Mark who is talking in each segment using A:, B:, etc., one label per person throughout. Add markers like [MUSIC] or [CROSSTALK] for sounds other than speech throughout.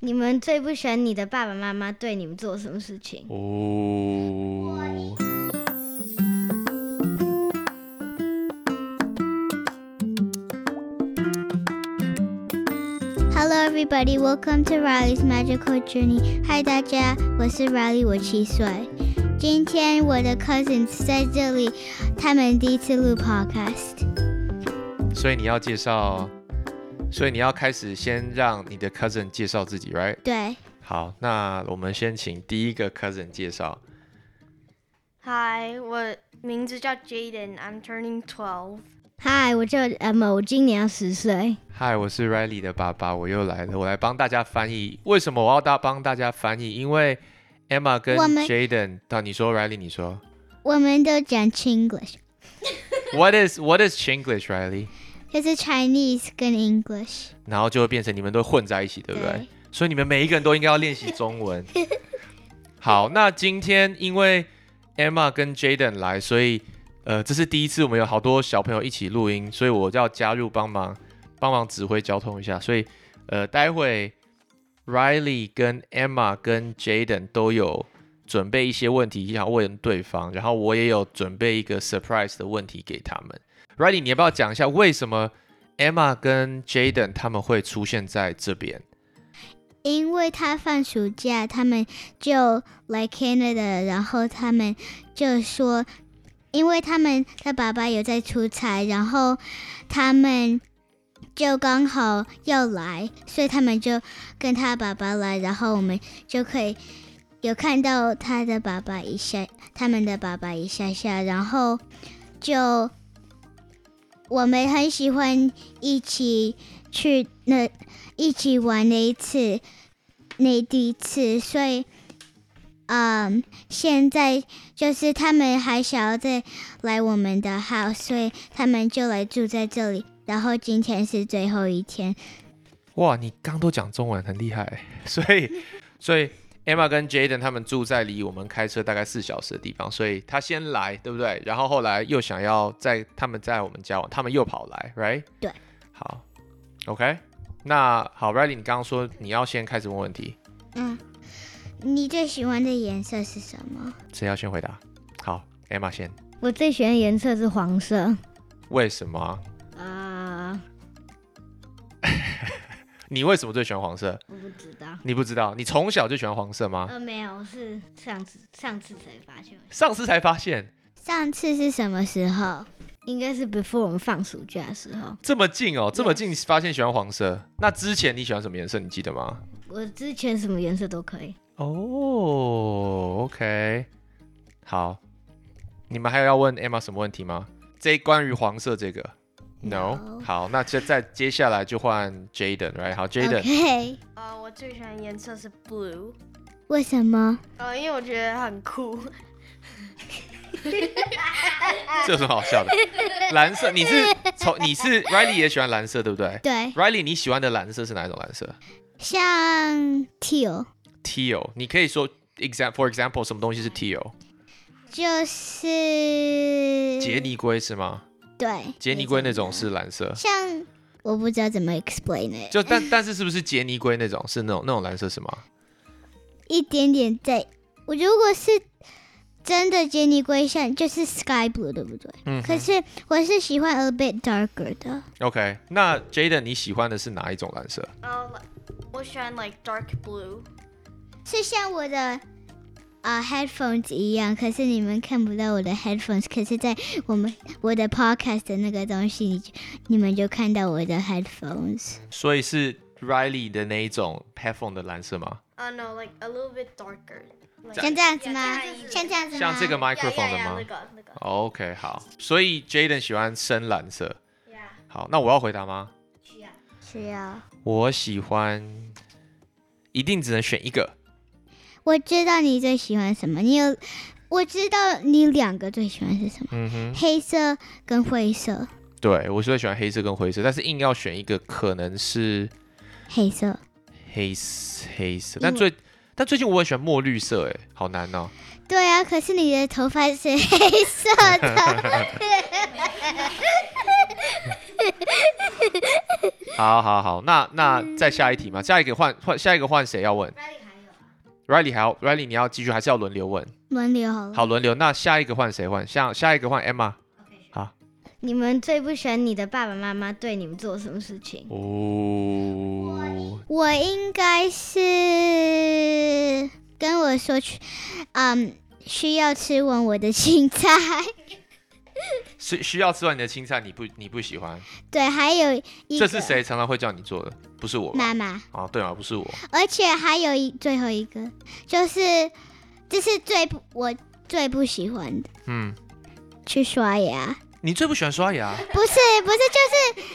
A: 你们最不喜欢你的爸爸妈妈对你们做什么事情？
B: 哦，
A: Hello, everybody. Welcome to Riley's Magical Journey. Hi，大家，我是 Riley，我七岁。今天我的 cousins 在这里，他们第一次录 podcast。
B: 所以你要介绍，所以你要开始先让你的 cousin 介绍自己，right？
A: 对，
B: 好，那我们先请第一个 cousin 介绍。
C: 嗨，我名字叫 Jaden，I'm turning twelve。
A: 嗨，我叫
D: 呃
A: Emma，我今年要十岁。
B: 嗨，我是 Riley 的爸爸，我又来了，我来帮大家翻译。为什么我要大帮大家翻译？因为 Emma 跟
A: 我们
B: Jaden，到你说 Riley，你说
A: 我们都讲 Chinglish，
B: What is What is Chinglish，Riley？
A: 就是 Chinese 跟 English。
B: 然后就会变成你们都混在一起，对不对？所以你们每一个人都应该要练习中文。好，那今天因为 Emma 跟 Jaden 来，所以呃，这是第一次我们有好多小朋友一起录音，所以我要加入帮忙帮忙指挥交通一下。所以呃，待会 Riley 跟 Emma 跟 Jaden 都有准备一些问题要问对方，然后我也有准备一个 surprise 的问题给他们。Riley，你要不要讲一下为什么 Emma 跟 Jaden 他们会出现在这边？
A: 因为他放暑假，他们就来 Canada，然后他们就说，因为他们的爸爸有在出差，然后他们就刚好要来，所以他们就跟他爸爸来，然后我们就可以有看到他的爸爸一下，他们的爸爸一下下，然后就我们很喜欢一起去那一起玩那一次，那第一次，所以，嗯，现在就是他们还想要再来我们的 house，所以他们就来住在这里。然后今天是最后一天，
B: 哇，你刚都讲中文，很厉害。 [LAUGHS] 所以，所以 Emma 跟 Jaden 他们住在离我们开车大概四小时的地方，所以他先来，对不对？然后后来又想要在他们在我们家玩，他们又跑来，right？
A: 对。
B: 好，OK。那好，Riley，你刚刚说你要先开始问问题，
A: 嗯，你最喜欢的颜色是什么？
B: 谁要先回答？好，Emma 先。
D: 我最喜欢的颜色是黄色
B: 为什么？
D: 啊，
B: 你为什么最喜欢黄色？
D: 我不知道。
B: 你不知道？你从小就喜欢黄色
A: 嗯
B: 吗？
D: 呃，没有，是上次上次才发现，
B: 上次才发现，
A: 上次是什么时候？
D: 应该是 before 我们放暑假的时候。
B: 这么近哦，这么近发现喜欢黄色。那之前你喜欢什么颜色？你记得吗？
D: 我之前什么颜色都可以。
B: 哦、o k 好，你们还有要问 Emma 什么问题吗？这关于黄色这个，No，,
A: No
B: 好，那这再接下来就换 Jaden，right？好
A: o
B: ，Jaden，
A: k
C: 呃，我最喜欢的颜色是 blue，
A: 为什么？
C: 呃，因为我觉得很酷。 [LAUGHS]
B: 这有什么好笑的？蓝色，你是从你是 Riley 也喜欢蓝色，对不对
A: 对，
B: ？Riley，你喜欢的蓝色是哪一种蓝色
A: 像 teal
B: ？Teal，你可以说 example，for example，什么东西是 teal？
A: 就是
B: 杰尼龟是吗？
A: 对，
B: 杰尼龟那种是蓝色，
A: 像我不知道怎么 explain 呢，
B: 就但但是是不是杰尼龟那种是那种那种蓝色是吗？
A: 一点点在。我如果是真的杰尼龟像，就是 sky blue，对不对？
B: 嗯哼
A: 可是我是喜欢 a bit darker 的，
B: OK，那 Jaden，你喜欢的是哪一种蓝色？
C: 呃，我喜欢 like dark blue。
A: 是像我的啊、呃 headphones 一样。可是你们看不到我的 headphones，可是在我们我的 podcast 的那个东西，你就你们就看到我的 headphones。
B: 所以是 Riley 的那一种 headphone 的蓝色吗？
C: 呃、n o like a little bit darker。
A: 像这样子吗
C: 这
A: 像
C: 样子？
A: 这样子吗？
B: 像这个麦克风的
C: 嗯呀
B: 吗
C: 那个那个。
B: ？OK，好。所以 Jaden 喜欢深蓝色。
C: Yeah。
B: 好，那我要回答吗？
A: 是啊。
B: 我喜欢，一定只能选一个。
A: 我知道你最喜欢什么，你有，我知道你两个最喜欢是什么，
B: 嗯哼，
A: 黑色跟灰色，
B: 对我最喜欢黑色跟灰色，但是硬要选一个，可能是
A: 黑色。
B: 黑色黑色。
A: 因为
B: 但最但最近我也喜欢墨绿色，哎，好难哦。
A: 对啊，可是你的头发
B: [LAUGHS]
A: 是黑色的。
B: 好好好，那那
A: 嗯
B: 再下一题嘛，下一个换换下一个换谁要问？Riley 还要 Riley 你要继续还是要轮流问？
A: 轮流好了。
B: 好，轮流。那下一个换谁换？下下一个换 Emma。
D: 你们最不喜欢你的爸爸妈妈对你们做什么事情？
B: 哦，
A: 我应该是跟我说去，嗯，需要吃完我的青菜。 [LAUGHS]
B: 需需要吃完你的青菜，你不你不喜欢？
A: 对，还有一
B: 这
A: 个
B: 是谁常常会叫你做的？不是我吧
A: 妈妈，
B: 啊，对啊，不是我。
A: 而且还有一最后一个，就是这是最不我最不喜欢的，
B: 嗯，
A: 去刷牙。
B: 你最不喜欢刷牙？
A: [LAUGHS] 不是不是，就是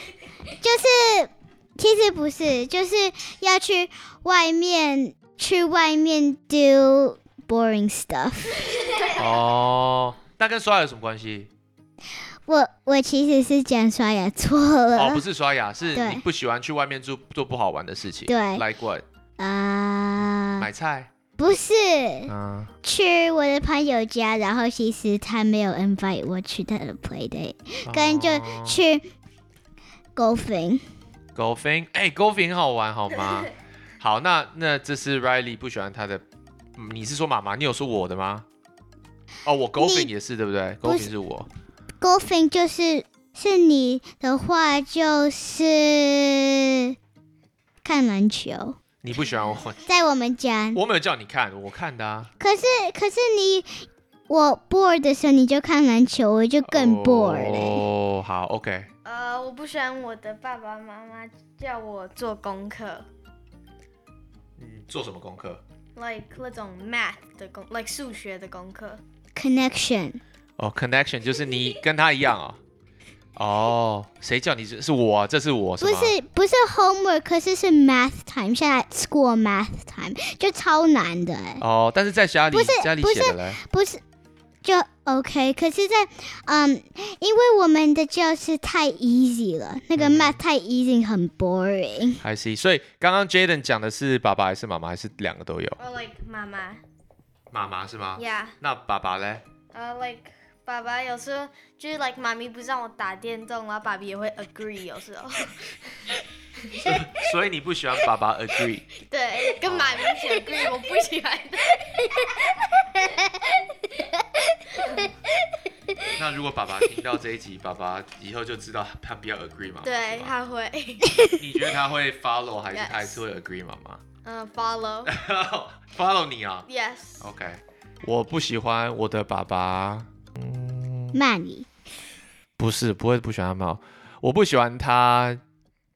A: 就是，其实不是，就是要去外面去外面 do boring stuff。
B: 哦，那跟刷牙有什么关系？
A: 我我其实是讲刷牙错了，
B: 哦，不是刷牙，是
A: 呃对
B: 你不喜欢去外面做做不好玩的事情。
A: 对
B: ，like what？
A: 啊、
B: 买菜。
A: 不是
B: 嗯，
A: 去我的朋友家，然后其实他没有 invite 我去他的 play day，跟就
B: 哦
A: 去 golfing。
B: golfing，哎、g o l f i n g 很好玩好
A: [LAUGHS]
B: 吗？好，那那这是 Riley 不喜欢他的，嗯你是说妈妈？你有说我的吗？哦，我 golfing 也是对不对
A: 不
B: ？golfing
A: 是
B: 是我
A: golfing 就是是你的话就是看篮球，
B: 你不喜欢我， [LAUGHS]
A: 在我们家。
B: 我没有叫你看，我看的啊。
A: 可是可是你我 bored 的时候你就看篮球，我就更 bored 欸嘞、
B: 哦，好，OK，
C: 呃，我不喜欢我的爸爸妈妈叫我做功课
B: 嗯，做什么功课
C: ，like 那种 math 的功，like 数学的功课。
A: Connection
B: 哦、c o n n e c t i o n 就是你跟他一样啊、哦。谁叫你是是我啊？这是我是
A: 不
B: 吗？
A: 是不是 homework，可是是 math time，现在 school math time 就超难的欸、
B: 哦，但是在家里
A: 不是
B: 家里
A: 不
B: 写的嘞。
A: 不是。就 OK，可是在，嗯，因为我们的教室太 easy 了，那个
B: 嗯
A: math 太 easy，很 boring。
B: I see，所以刚刚 Jaden 讲的是爸爸还是妈妈，还是两个都有？
C: or like 妈妈
B: 妈妈是吗
C: ，yeah，
B: 那爸爸嘞？
C: 呃、like 爸爸有时候就是 like 妈咪不让我打电动，然后爸爸也会 agree 有时候， [LAUGHS]
B: 所以你不喜欢爸爸 agree？
C: 对，跟妈咪一起 agree 我不喜欢 [LAUGHS] 的。
B: 那如果爸爸听到这一
C: [LAUGHS]
B: 集，爸爸以后就知道他不要 agree 妈妈。
C: 对，
B: 是吗
C: 他会， [LAUGHS]
B: 你觉得他会 follow 还是
C: Yes
B: 他还是会 agree 妈 [LAUGHS] 妈
C: 嗯、f o l l o w
B: ？follow 你啊
C: y e s
B: ？OK，我不喜欢我的爸爸，嗯
A: 骂你，
B: 不是不会不喜欢猫，我不喜欢他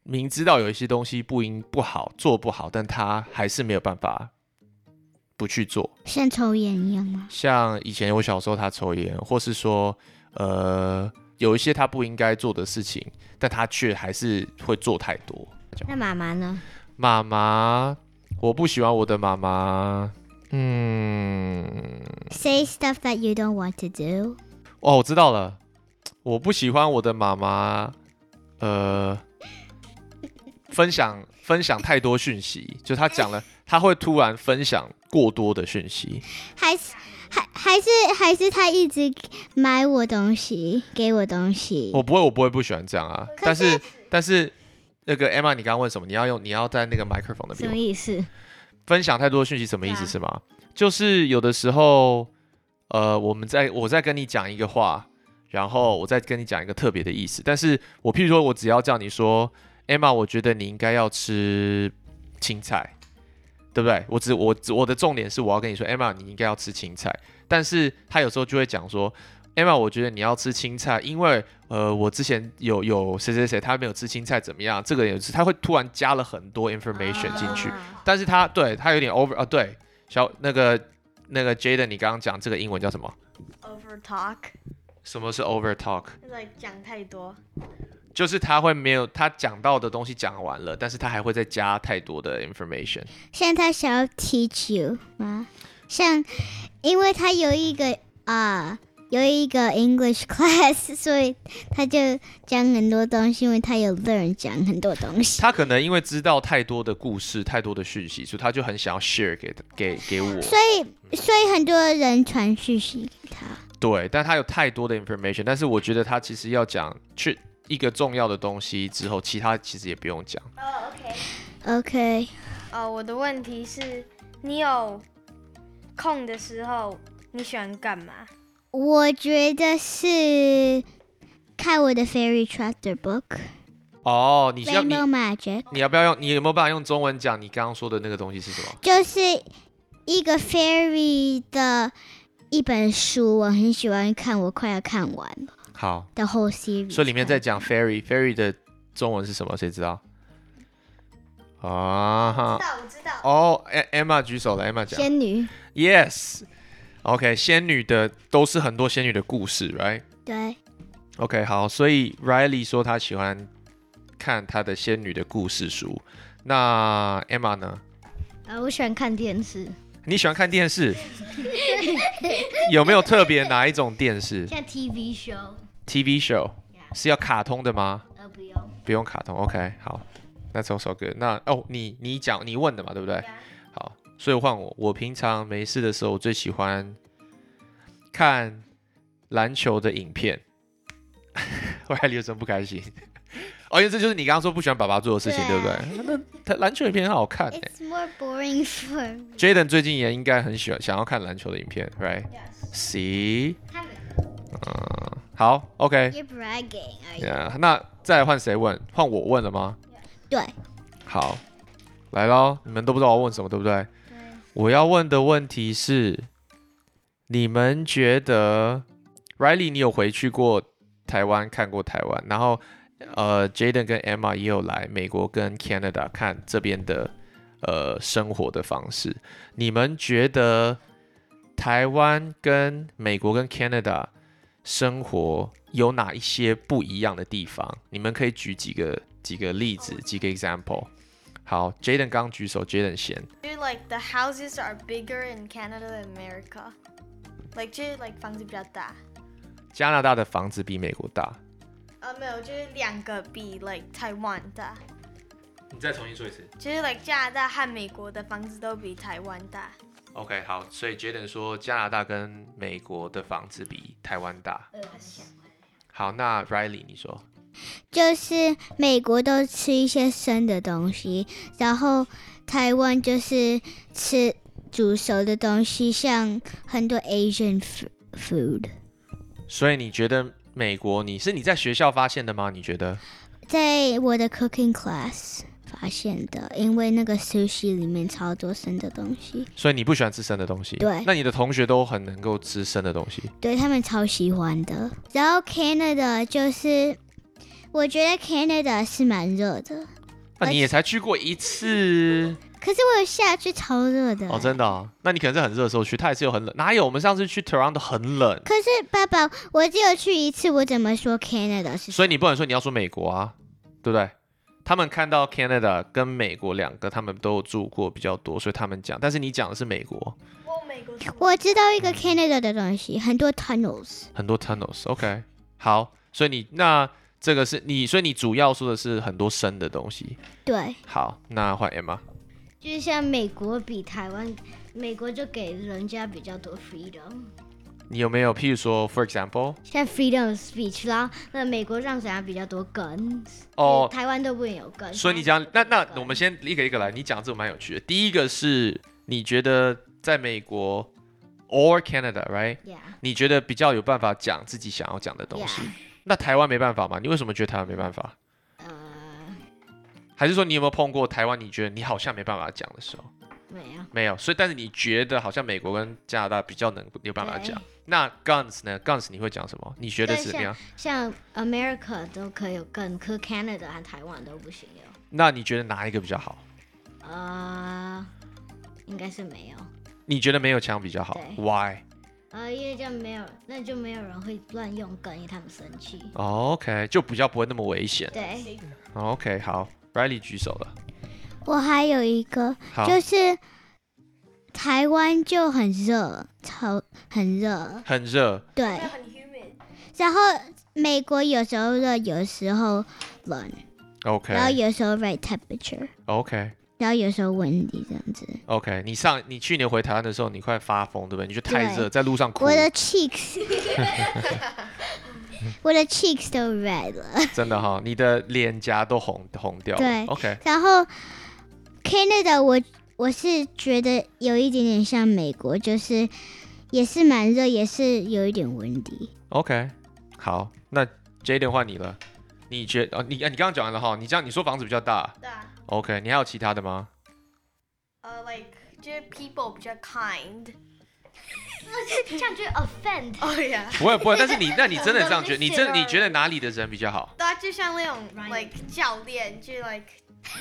B: 明知道有一些东西不应不好做不好，但他还是没有办法不去做。
A: 像抽烟一样吗？
B: 像以前我小时候他抽烟，或是说呃有一些他不应该做的事情，但他却还是会做太多。
D: 那妈妈呢？
B: 妈妈，我不喜欢我的妈妈。嗯，
A: Say stuff that you don't want to do。
B: 哦，我知道了，我不喜欢我的妈妈。呃，分享分享太多讯息，就他讲了，他会突然分享过多的讯息。
A: 还是还还是还是他一直买我东西，给我东西。
B: 我不会，我不会不喜欢这样啊。但是但是那个 Emma，你刚刚问什么？你要用你要在那个麦克风那
D: 什
B: 边
D: 么意思？
B: 分享太多讯息，什么意思
D: 对啊
B: 是吗？就是有的时候，呃，我们在我在跟你讲一个话，然后我再跟你讲一个特别的意思。但是我譬如说，我只要叫你说，Emma，我觉得你应该要吃青菜，对不对？我只我只我的重点是我要跟你说，Emma，你应该要吃青菜。但是他有时候就会讲说。Emma，我觉得你要吃青菜，因为呃，我之前有有谁谁谁他没有吃青菜，怎么样？这个也是他会突然加了很多 information 进去，
D: 啊
B: 但是他对他有点 over 啊，对，小那个那个 Jaden，你刚刚讲这个英文叫什么？
C: over talk，
B: 什么是 over talk？
C: Uh, like 讲太多。
B: 就是他会没有他讲到的东西讲完了，但是他还会再加太多的 information。
A: 像他想要 teach you 吗？像，因为他有一个啊、有一个 English [LAUGHS] class，所以他就讲很多东西，因为他有 learn 讲很多东西。
B: 他可能因为知道太多的故事、太多的讯息，所以他就很想要 share 给给给我。
A: 所以，所以很多人传讯息给他。
B: 对，但他有太多的 information，但是我觉得他其实要讲去一个重要的东西之后，其他其实也不用讲。
C: 哦，OK。
A: 嗯 OK，
C: 哦，我的问题是，你有空的时候你喜欢干嘛？
A: 我觉得是看我的 Fairy Tractor Book
B: 哦，你需要你
A: Rainbow Magic，
B: 你要不要用？你有没有办法用中文讲你刚刚说的那个东西是什么？
A: 就是一个 Fairy 的一本书，我很喜欢看，我快要看完了
B: 好，
A: 的 whole
C: 嗯
A: series。
B: 所以里面在讲 fairy，fairy 的中文是什么？谁知道？啊哈，
C: 道，我知道。
B: 哦，E-，Emma 举手了，Emma 讲
D: 仙女，
B: ，Yes，OK，、仙女的都是很多仙女的故事，Right？OK，、
A: 对，
B: 好，所以 Riley 说她喜欢看她的仙女的故事书，那 Emma 呢？
D: 呃，我喜欢看电视，
B: 你喜欢看电
C: [LAUGHS]
B: 视？有没有特别哪一种电视
D: 像 TV show，
B: TV show 是要卡通的吗？
D: 呃，不用，
B: 不用卡通，OK，好，那这首歌，那哦，你你讲你问的嘛，对不对
C: Yeah
B: 好，所以换我，我平常没事的时候，我最喜欢看篮球的影片。 [LAUGHS] 我还有什么不开心？哦，因为这就是你刚刚说不喜欢爸爸做的事情，对
A: 对啊
B: 不对？那他篮球影片很好看诶、
A: It's more boring for
B: Jaden 最近也应该很喜欢想要看篮球的影片，right？See，
D: 他们
B: 嗯，好，OK，
D: you're bragging，而已
B: yeah, 那再来换谁问？换我问了吗？
A: 对，
B: 好，来喽！你们都不知道我要问什么，对不对？我要问的问题是：你们觉得 Riley，你有回去过台湾看过台湾？然后，呃，Jaden 跟 Emma 也有来美国跟 Canada 看这边的呃生活的方式。你们觉得台湾跟美国跟 Canada 生活有哪一些不一样的地方？你们可以举几个几个例子，几个 example。好，Jaden 刚举手，Jaden 先。
C: 就是 like the houses are bigger in Canada than America. Like 就是 like 房子比较大。
B: 加拿大的房子比美国大。
C: 呃，没有，就是两个比 like 台湾大。
B: 你再重新说一次。
C: 就是 like 加拿大和美国的房子都比台湾大。
B: OK，好，所以 Jaden 说加拿大跟美国的房子比台湾大。好，那 Riley 你说，
A: 就是美国都吃一些生的东西，然后台湾就是吃煮熟的东西，像很多 Asian fu- food。
B: 所以你觉得美国你是你在学校发现的吗？你觉得？
A: 在我的 cooking class 发现的，因为那个 sushi 里面超多生的东西，
B: 所以你不喜欢吃生的东西？
A: 对
B: 那你的同学都很能够吃生的东西。
A: 对他们超喜欢的。然后 Canada 就是，我觉得 Canada 是蛮热的，
B: 那你也才去过一次
A: 可是我有下去超热的、
B: 哦，真的、哦？那你可能是很热的时候去，它也是有很冷。哪有？我们上次去 Toronto 很冷，
A: 可是爸爸，我只有去一次，我怎么说 Canada 是？
B: 所以你不能说你要说美国啊，对不对？他们看到 Canada 跟美国两个，他们都有住过比较多，所以他们讲。但是你讲的是美国，
C: 我美国是
A: 我知道一个 Canada 的东西，很多 tunnels。
B: 很多 tunnels，OK，、好，所以你那这个是你，所以你主要说的是很多深的东西。
A: 对，
B: 好，那换 Emma，
D: 就是像美国比台湾，美国就给人家比较多 freedom，
B: 你有没有譬如说，for example，
D: 像 freedom of speech，然后那美国让人家比较多 guns，
B: 哦，
D: 台湾都不能有 guns，
B: 所以你讲，那那我们
D: 台湾
B: 先一个一个来，你讲这个蛮有趣的。第一个是你觉得在美国 or Canada，right？
D: 都不能有 guns，yeah。
B: 你觉得比较有办法讲自己想要讲的东西。
D: Yeah
B: 那台湾没办法吗？你为什么觉得台湾没办法？
D: 呃，
B: 还是说你有没有碰过台湾？你觉得你好像没办法讲的时候？
D: 没有，
B: 没有，所以但是你觉得好像美国跟加拿大比较能有办法讲。那 guns 呢？guns 你会讲什么？你觉得
D: 对
B: 怎么样？
D: 像 America 都可以有 gun，可 Canada 和台湾都不行有。
B: 那你觉得哪一个比较好？
D: 呃，应该是没有，
B: 你觉得没有枪比较好
D: 对
B: ？Why？
D: 呃，因为就没有，那就没有人会乱用 gun，因为他们生气。
B: 哦 OK，就比较不会那么危险。
D: 对，
B: 哦 OK，好，Riley 举手了。
A: 我还有一个，
B: 好，
A: 就是台湾就很热，超很热。
B: 很热，
A: 对，
C: 很 humid。
A: 然后美国有时候热，有时候冷，然后
B: OK，OK，OK
A: 有时候 right temperature，
B: OK
A: 然后有时候 windy 这样子。
B: OK，你上你去年回台湾的时候，你快发疯对不对？你就太
A: 对
B: 热，在路上哭
A: 我。的 cheeks 我的 cheeks 都 red 了。
B: 真的哈、你的脸颊都红红掉了。
A: 对
B: ，OK，
A: 然后 Canada 我我是觉得有一点点像美国，就是也是蛮热，也是有一点温迪。
B: OK，好，那 Jaden 换你了。你觉哦，你啊，你刚刚讲完了哈，你这样你说房子比较大，OK，你还有其他的吗？
C: Uh, like, just people 比较 kind.
D: 这样就 offend。
C: [LAUGHS] Oh yeah.
B: 不会不会，但是你那你真的这样觉得，你真你觉得哪里的人比较好？
C: 大家就像那种
D: Ryan.
C: like 教练，就 like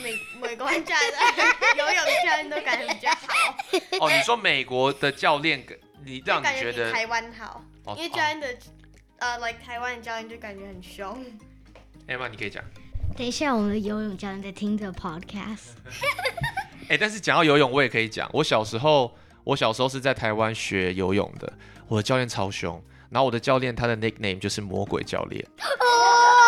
C: 美 [LAUGHS] 美国人教的游泳教练都感觉比较好，
B: 哦，你说美国的教练跟你让你觉得
C: 就感觉比台湾好。
B: 哦
C: 因为
B: 哦
C: Jan 的呃，like 台湾的教练就感觉很凶。
B: ，Emma 你可以讲。
D: 等一下，我们的游泳教练在听这个 podcast。
B: 哎、但是讲到游泳，我也可以讲。我小时候，我小时候是在台湾学游泳的，我的教练超凶。然后我的教练他的 nickname 就是魔鬼教练。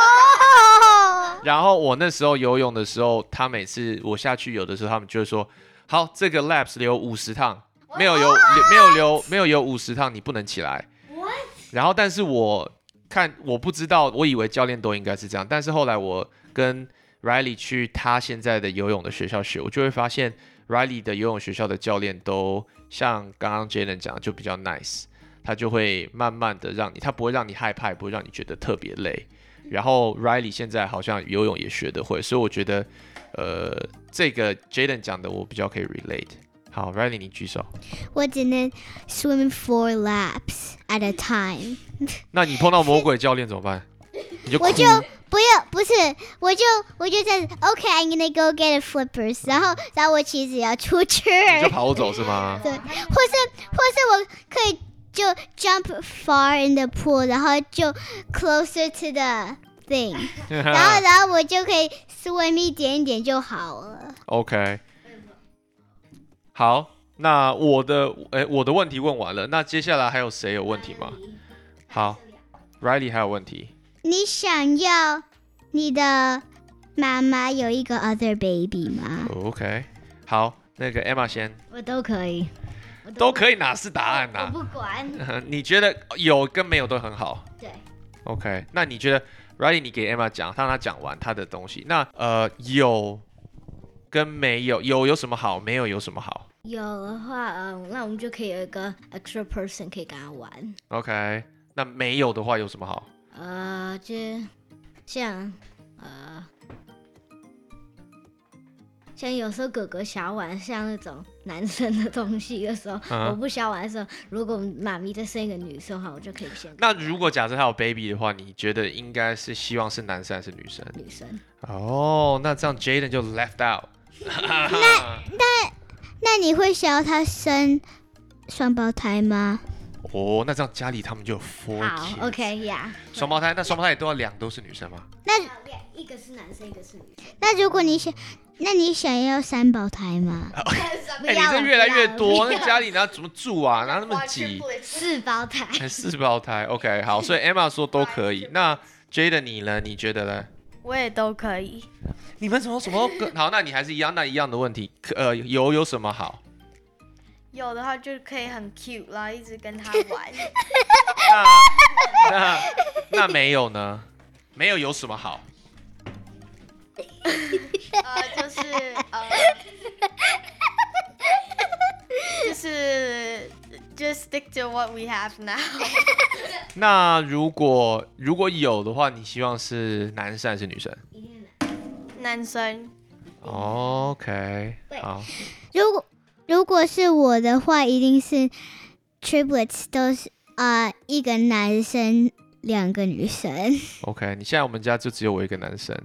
B: [LAUGHS] 然后我那时候游泳的时候，他每次我下去游的时候，他们就会说：“好，这个 laps 留五十趟，没有游没有游没有游五十趟，你不能起来。”然后，但是我看我不知道，我以为教练都应该是这样，但是后来我跟 Riley 去他现在的游泳的学校学，我就会发现 Riley 的游泳学校的教练都像刚刚 Jalen 讲的，就比较 nice，他就会慢慢的让你，他不会让你害怕，也不会让你觉得特别累。然后 Riley 现在好像游泳也学得会，所以我觉得，呃，这个 Jalen 讲的我比较可以 relate。好，Riley 你举手。
A: 我只能 swim four laps at a time。
B: 那你碰到魔鬼教练怎么办？你就哭
A: 我就不要，不是，我就我就在 OK，I'm、gonna go get a flippers，然后然后我妻子要出去，
B: 你就跑走是吗？
A: 对，或是或是我可以就 jump far in the pool，然后就 closer to the thing，然
B: 啊
A: 后然后我就可以 swim 一点一点就好了。
B: OK，好，那我的哎、我的问题问完了，那接下来还有谁有问题吗？好，Riley 还有问题。
A: 你想要你的妈妈有一个 other baby 吗？
B: OK，好，那个 Emma 先
D: 我都可以，我
B: 都可以，哪是答案啊
D: 我
B: 呐、
D: 不管。
B: 你觉得有跟没有都很好。
D: 对，
B: OK，那你觉得 Riley 你给 Emma 讲，让她讲完她的东西。那呃，有跟没有，有有什么好，没有有什么好
D: 有的话，嗯，那我们就可以有一个 extra person 可以跟他玩。
B: ？OK，那没有的话有什么好？
D: 呃，就像呃，像有时候哥哥想要玩像那种男生的东西的时候，
B: 嗯
D: 我不想玩的时候，如果妈咪再生一个女生的话，我就可以先
B: 那如果假设他有 baby 的话，你觉得应该是希望是男生还是女生？
D: 女生。
B: 哦，那这样 Jaden 就 left out。
A: 那你会想要她生双胞胎吗？
B: [LAUGHS] 哦，那这样家里他们就有 four
D: 好
B: kids
D: ，OK 呀、
B: 双胞胎，那双胞胎也都要两都是女生吗？
A: 那
D: 一个是男生，一个是女生。
A: 那如果你想，那你想要三胞胎吗？
D: 不
B: 哎、你
D: 要
B: 这
D: 了
B: 越来越
D: 不要
B: 多，那
D: 了
B: 家里哪怎么住啊？哪那么
C: Watch
B: 挤
C: your？lips.
D: 四胞胎。
B: 还四胞胎，OK，好，所以 Emma 说都可以。那 Jaden 你呢？你觉得呢？
C: 我也都可以。
B: 你们怎么什么都跟好？那你还是一样，那一样的问题，可呃，有有什么好？
C: 有的话就可以很 cute 啦，一直跟他 [LAUGHS] 玩。
B: 那那那没有呢？没有有什么好？
C: 呃，就是 [LAUGHS] 呃，就是就 stick to what we have now。 [LAUGHS]
B: 那如果如果有的话，你希望是男生还是女生
C: 男生
B: ？OK，
D: 对
B: 好，
A: 如果如果是我的话，一定是 triplets 都是啊、呃一个男生，两个女生。 [LAUGHS]
B: ，OK，你现在我们家就只有我一个男生。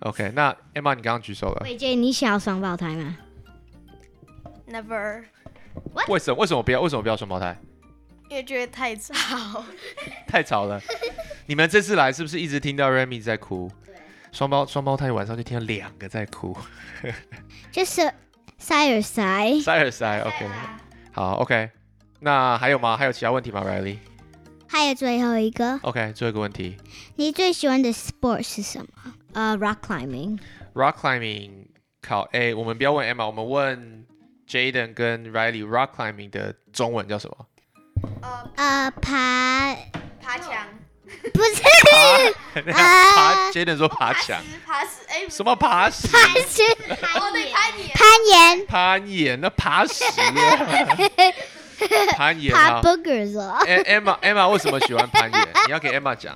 B: OK，那 Emma 你刚刚举手了，
D: 伟杰，你想要双胞胎吗？
C: never，
B: 为什么为什么不要为什么不要双胞胎？
C: 因为觉得太吵。
B: [LAUGHS] 太吵了。你们这次来是不是一直听到 Remy 在哭？双胞双胞胎晚上就听到两个在 [LAUGHS] 哭，
A: 就是塞尔塞，
B: 塞耳塞，OK，好，OK，那还有吗？还有其他问题吗，Riley？OK，、
A: 还有最后一个，
B: OK，最后一个问题
A: 你最喜欢的 sport 是什么？
D: 呃、r o c k climbing。
B: ，Rock climbing 考 A，我们不要问 Emma，我们问 Jaden 跟 Riley Rock [LAUGHS] climbing 的中文叫什么？
C: 呃，
A: 呃，爬 [LAUGHS]
C: 爬墙
A: 不是
B: [LAUGHS] 爬，那样爬
A: 啊
B: ，Jaden 说爬墙，
C: 爬石，哎，
B: 什么爬石？
A: 还是
C: 哦，对，攀
A: 攀岩、
C: 岩，
B: 攀岩？那爬石啊？ [LAUGHS] 攀岩
A: 爬
B: 啊
A: boogers 哦。
B: ？E- Emma Emma 为什么喜欢攀岩？你要给 Emma 讲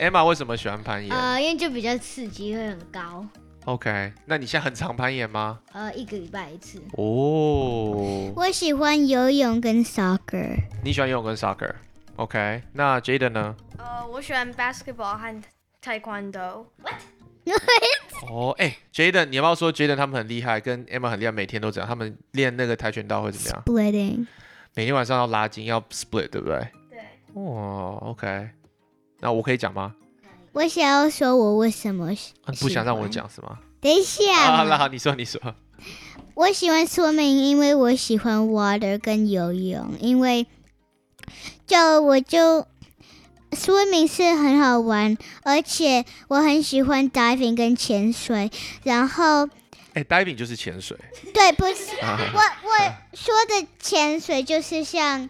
B: ，Emma 为什么喜欢攀岩
D: 呃，因为就比较刺激，会很高。
B: ？OK，那你现在很常攀岩吗？
D: 呃，一个礼拜一次。
B: 哦，
A: 我喜欢游泳
B: [LAUGHS]
A: 跟 soccer，
B: 你喜欢游泳跟 soccer。OK，那 Jaden 呢？
C: 呃，Uh, 我喜欢 basketball 和 taekwondo。
B: 哦，哎、j a d e n 你要不要说 Jaden 他们很厉害，跟 Emma 很厉害，每天都这样，他们练那个跆拳道会怎么样？
A: splitting，
B: 每天晚上要拉筋，要 split，对不对？
C: 对，
B: 哦，OK，那我可以讲吗？
A: 我想要说我为什么喜
B: 啊你不想让我。讲是吗？
A: 等一下
B: 啊，那
A: 嘛，
B: 好，你说，你说。
A: 我喜欢 swimming，因为我喜欢 water 跟游泳，因为就我就 swimming 是很好玩，而且我很喜欢 diving 跟潜水。然后
B: 哎、d i v i n g 就是潜水。
A: 对，不是
B: 啊
A: 我我说的潜水就是像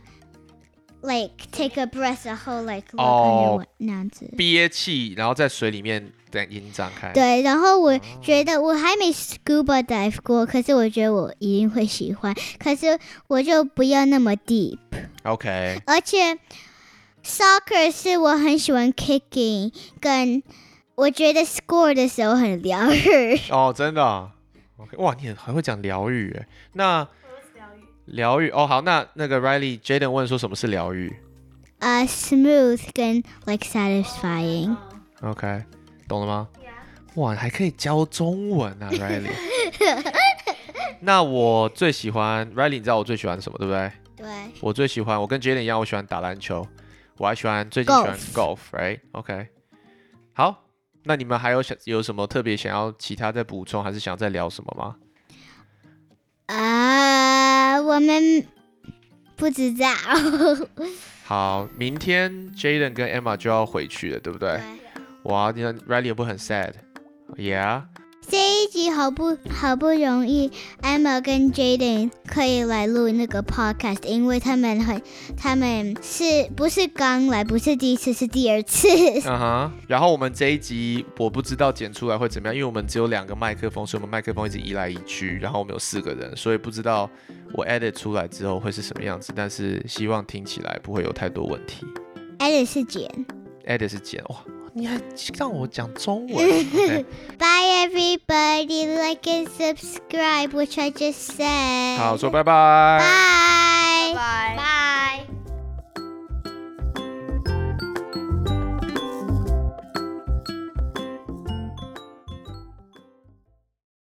A: like take a breath，然后 like look
B: 哦
A: underwater 那样子。
B: 憋气，然后在水里面等眼张开。
A: 对，然后我觉得我还没 scuba dive 过，可是我觉得我一定会喜欢。可是我就不要那么 deep，
B: ，OK， [LAUGHS]
A: 而且 soccer 是我很喜欢 kicking，跟我觉得 score 的时候很疗愈。
B: 哦，真的哦、OK，哇，你很还会讲疗愈哎。那疗愈哦，好，那那个 Riley Jaden 问说什么是疗愈
A: 呃、s m o o t h 跟 like satisfying，
B: ？OK，懂了吗？哇，还可以教中文啊，Riley。那我最喜欢 Riley，你知道我最喜欢什么对不对？
A: 对，
B: 我最喜欢，我跟 Jaden 一样，我喜欢打篮球，我还喜欢最近喜欢 golf，right？OK，、好，那你们还有想有什么特别想要其他再补充，还是想再聊什么吗？
A: 啊、我们不知道。
B: 好，明天 Jaden 跟 Emma 就要回去了，对不对？哇，你看 Riley 不会很 sad？Yeah，
A: 这一集好不好不容易，Emma 跟 Jaden 可以来录那个 podcast，因为他们很，他们是不是刚来，不是第一次，是第二次。
B: 嗯哼。然后我们这一集我不知道剪出来会怎么样，因为我们只有两个麦克风，所以我们麦克风一直移来移去，然后我们有四个人，所以不知道我 edit 出来之后会是什么样子，但是希望听起来不会有太多问题。
A: Alice 是剪
B: Edit 是剪哇，你还让我讲中文 OK
A: ，Bye everybody, like and subscribe, which I just said.
B: 好，说拜拜。
A: Bye.
C: 拜拜。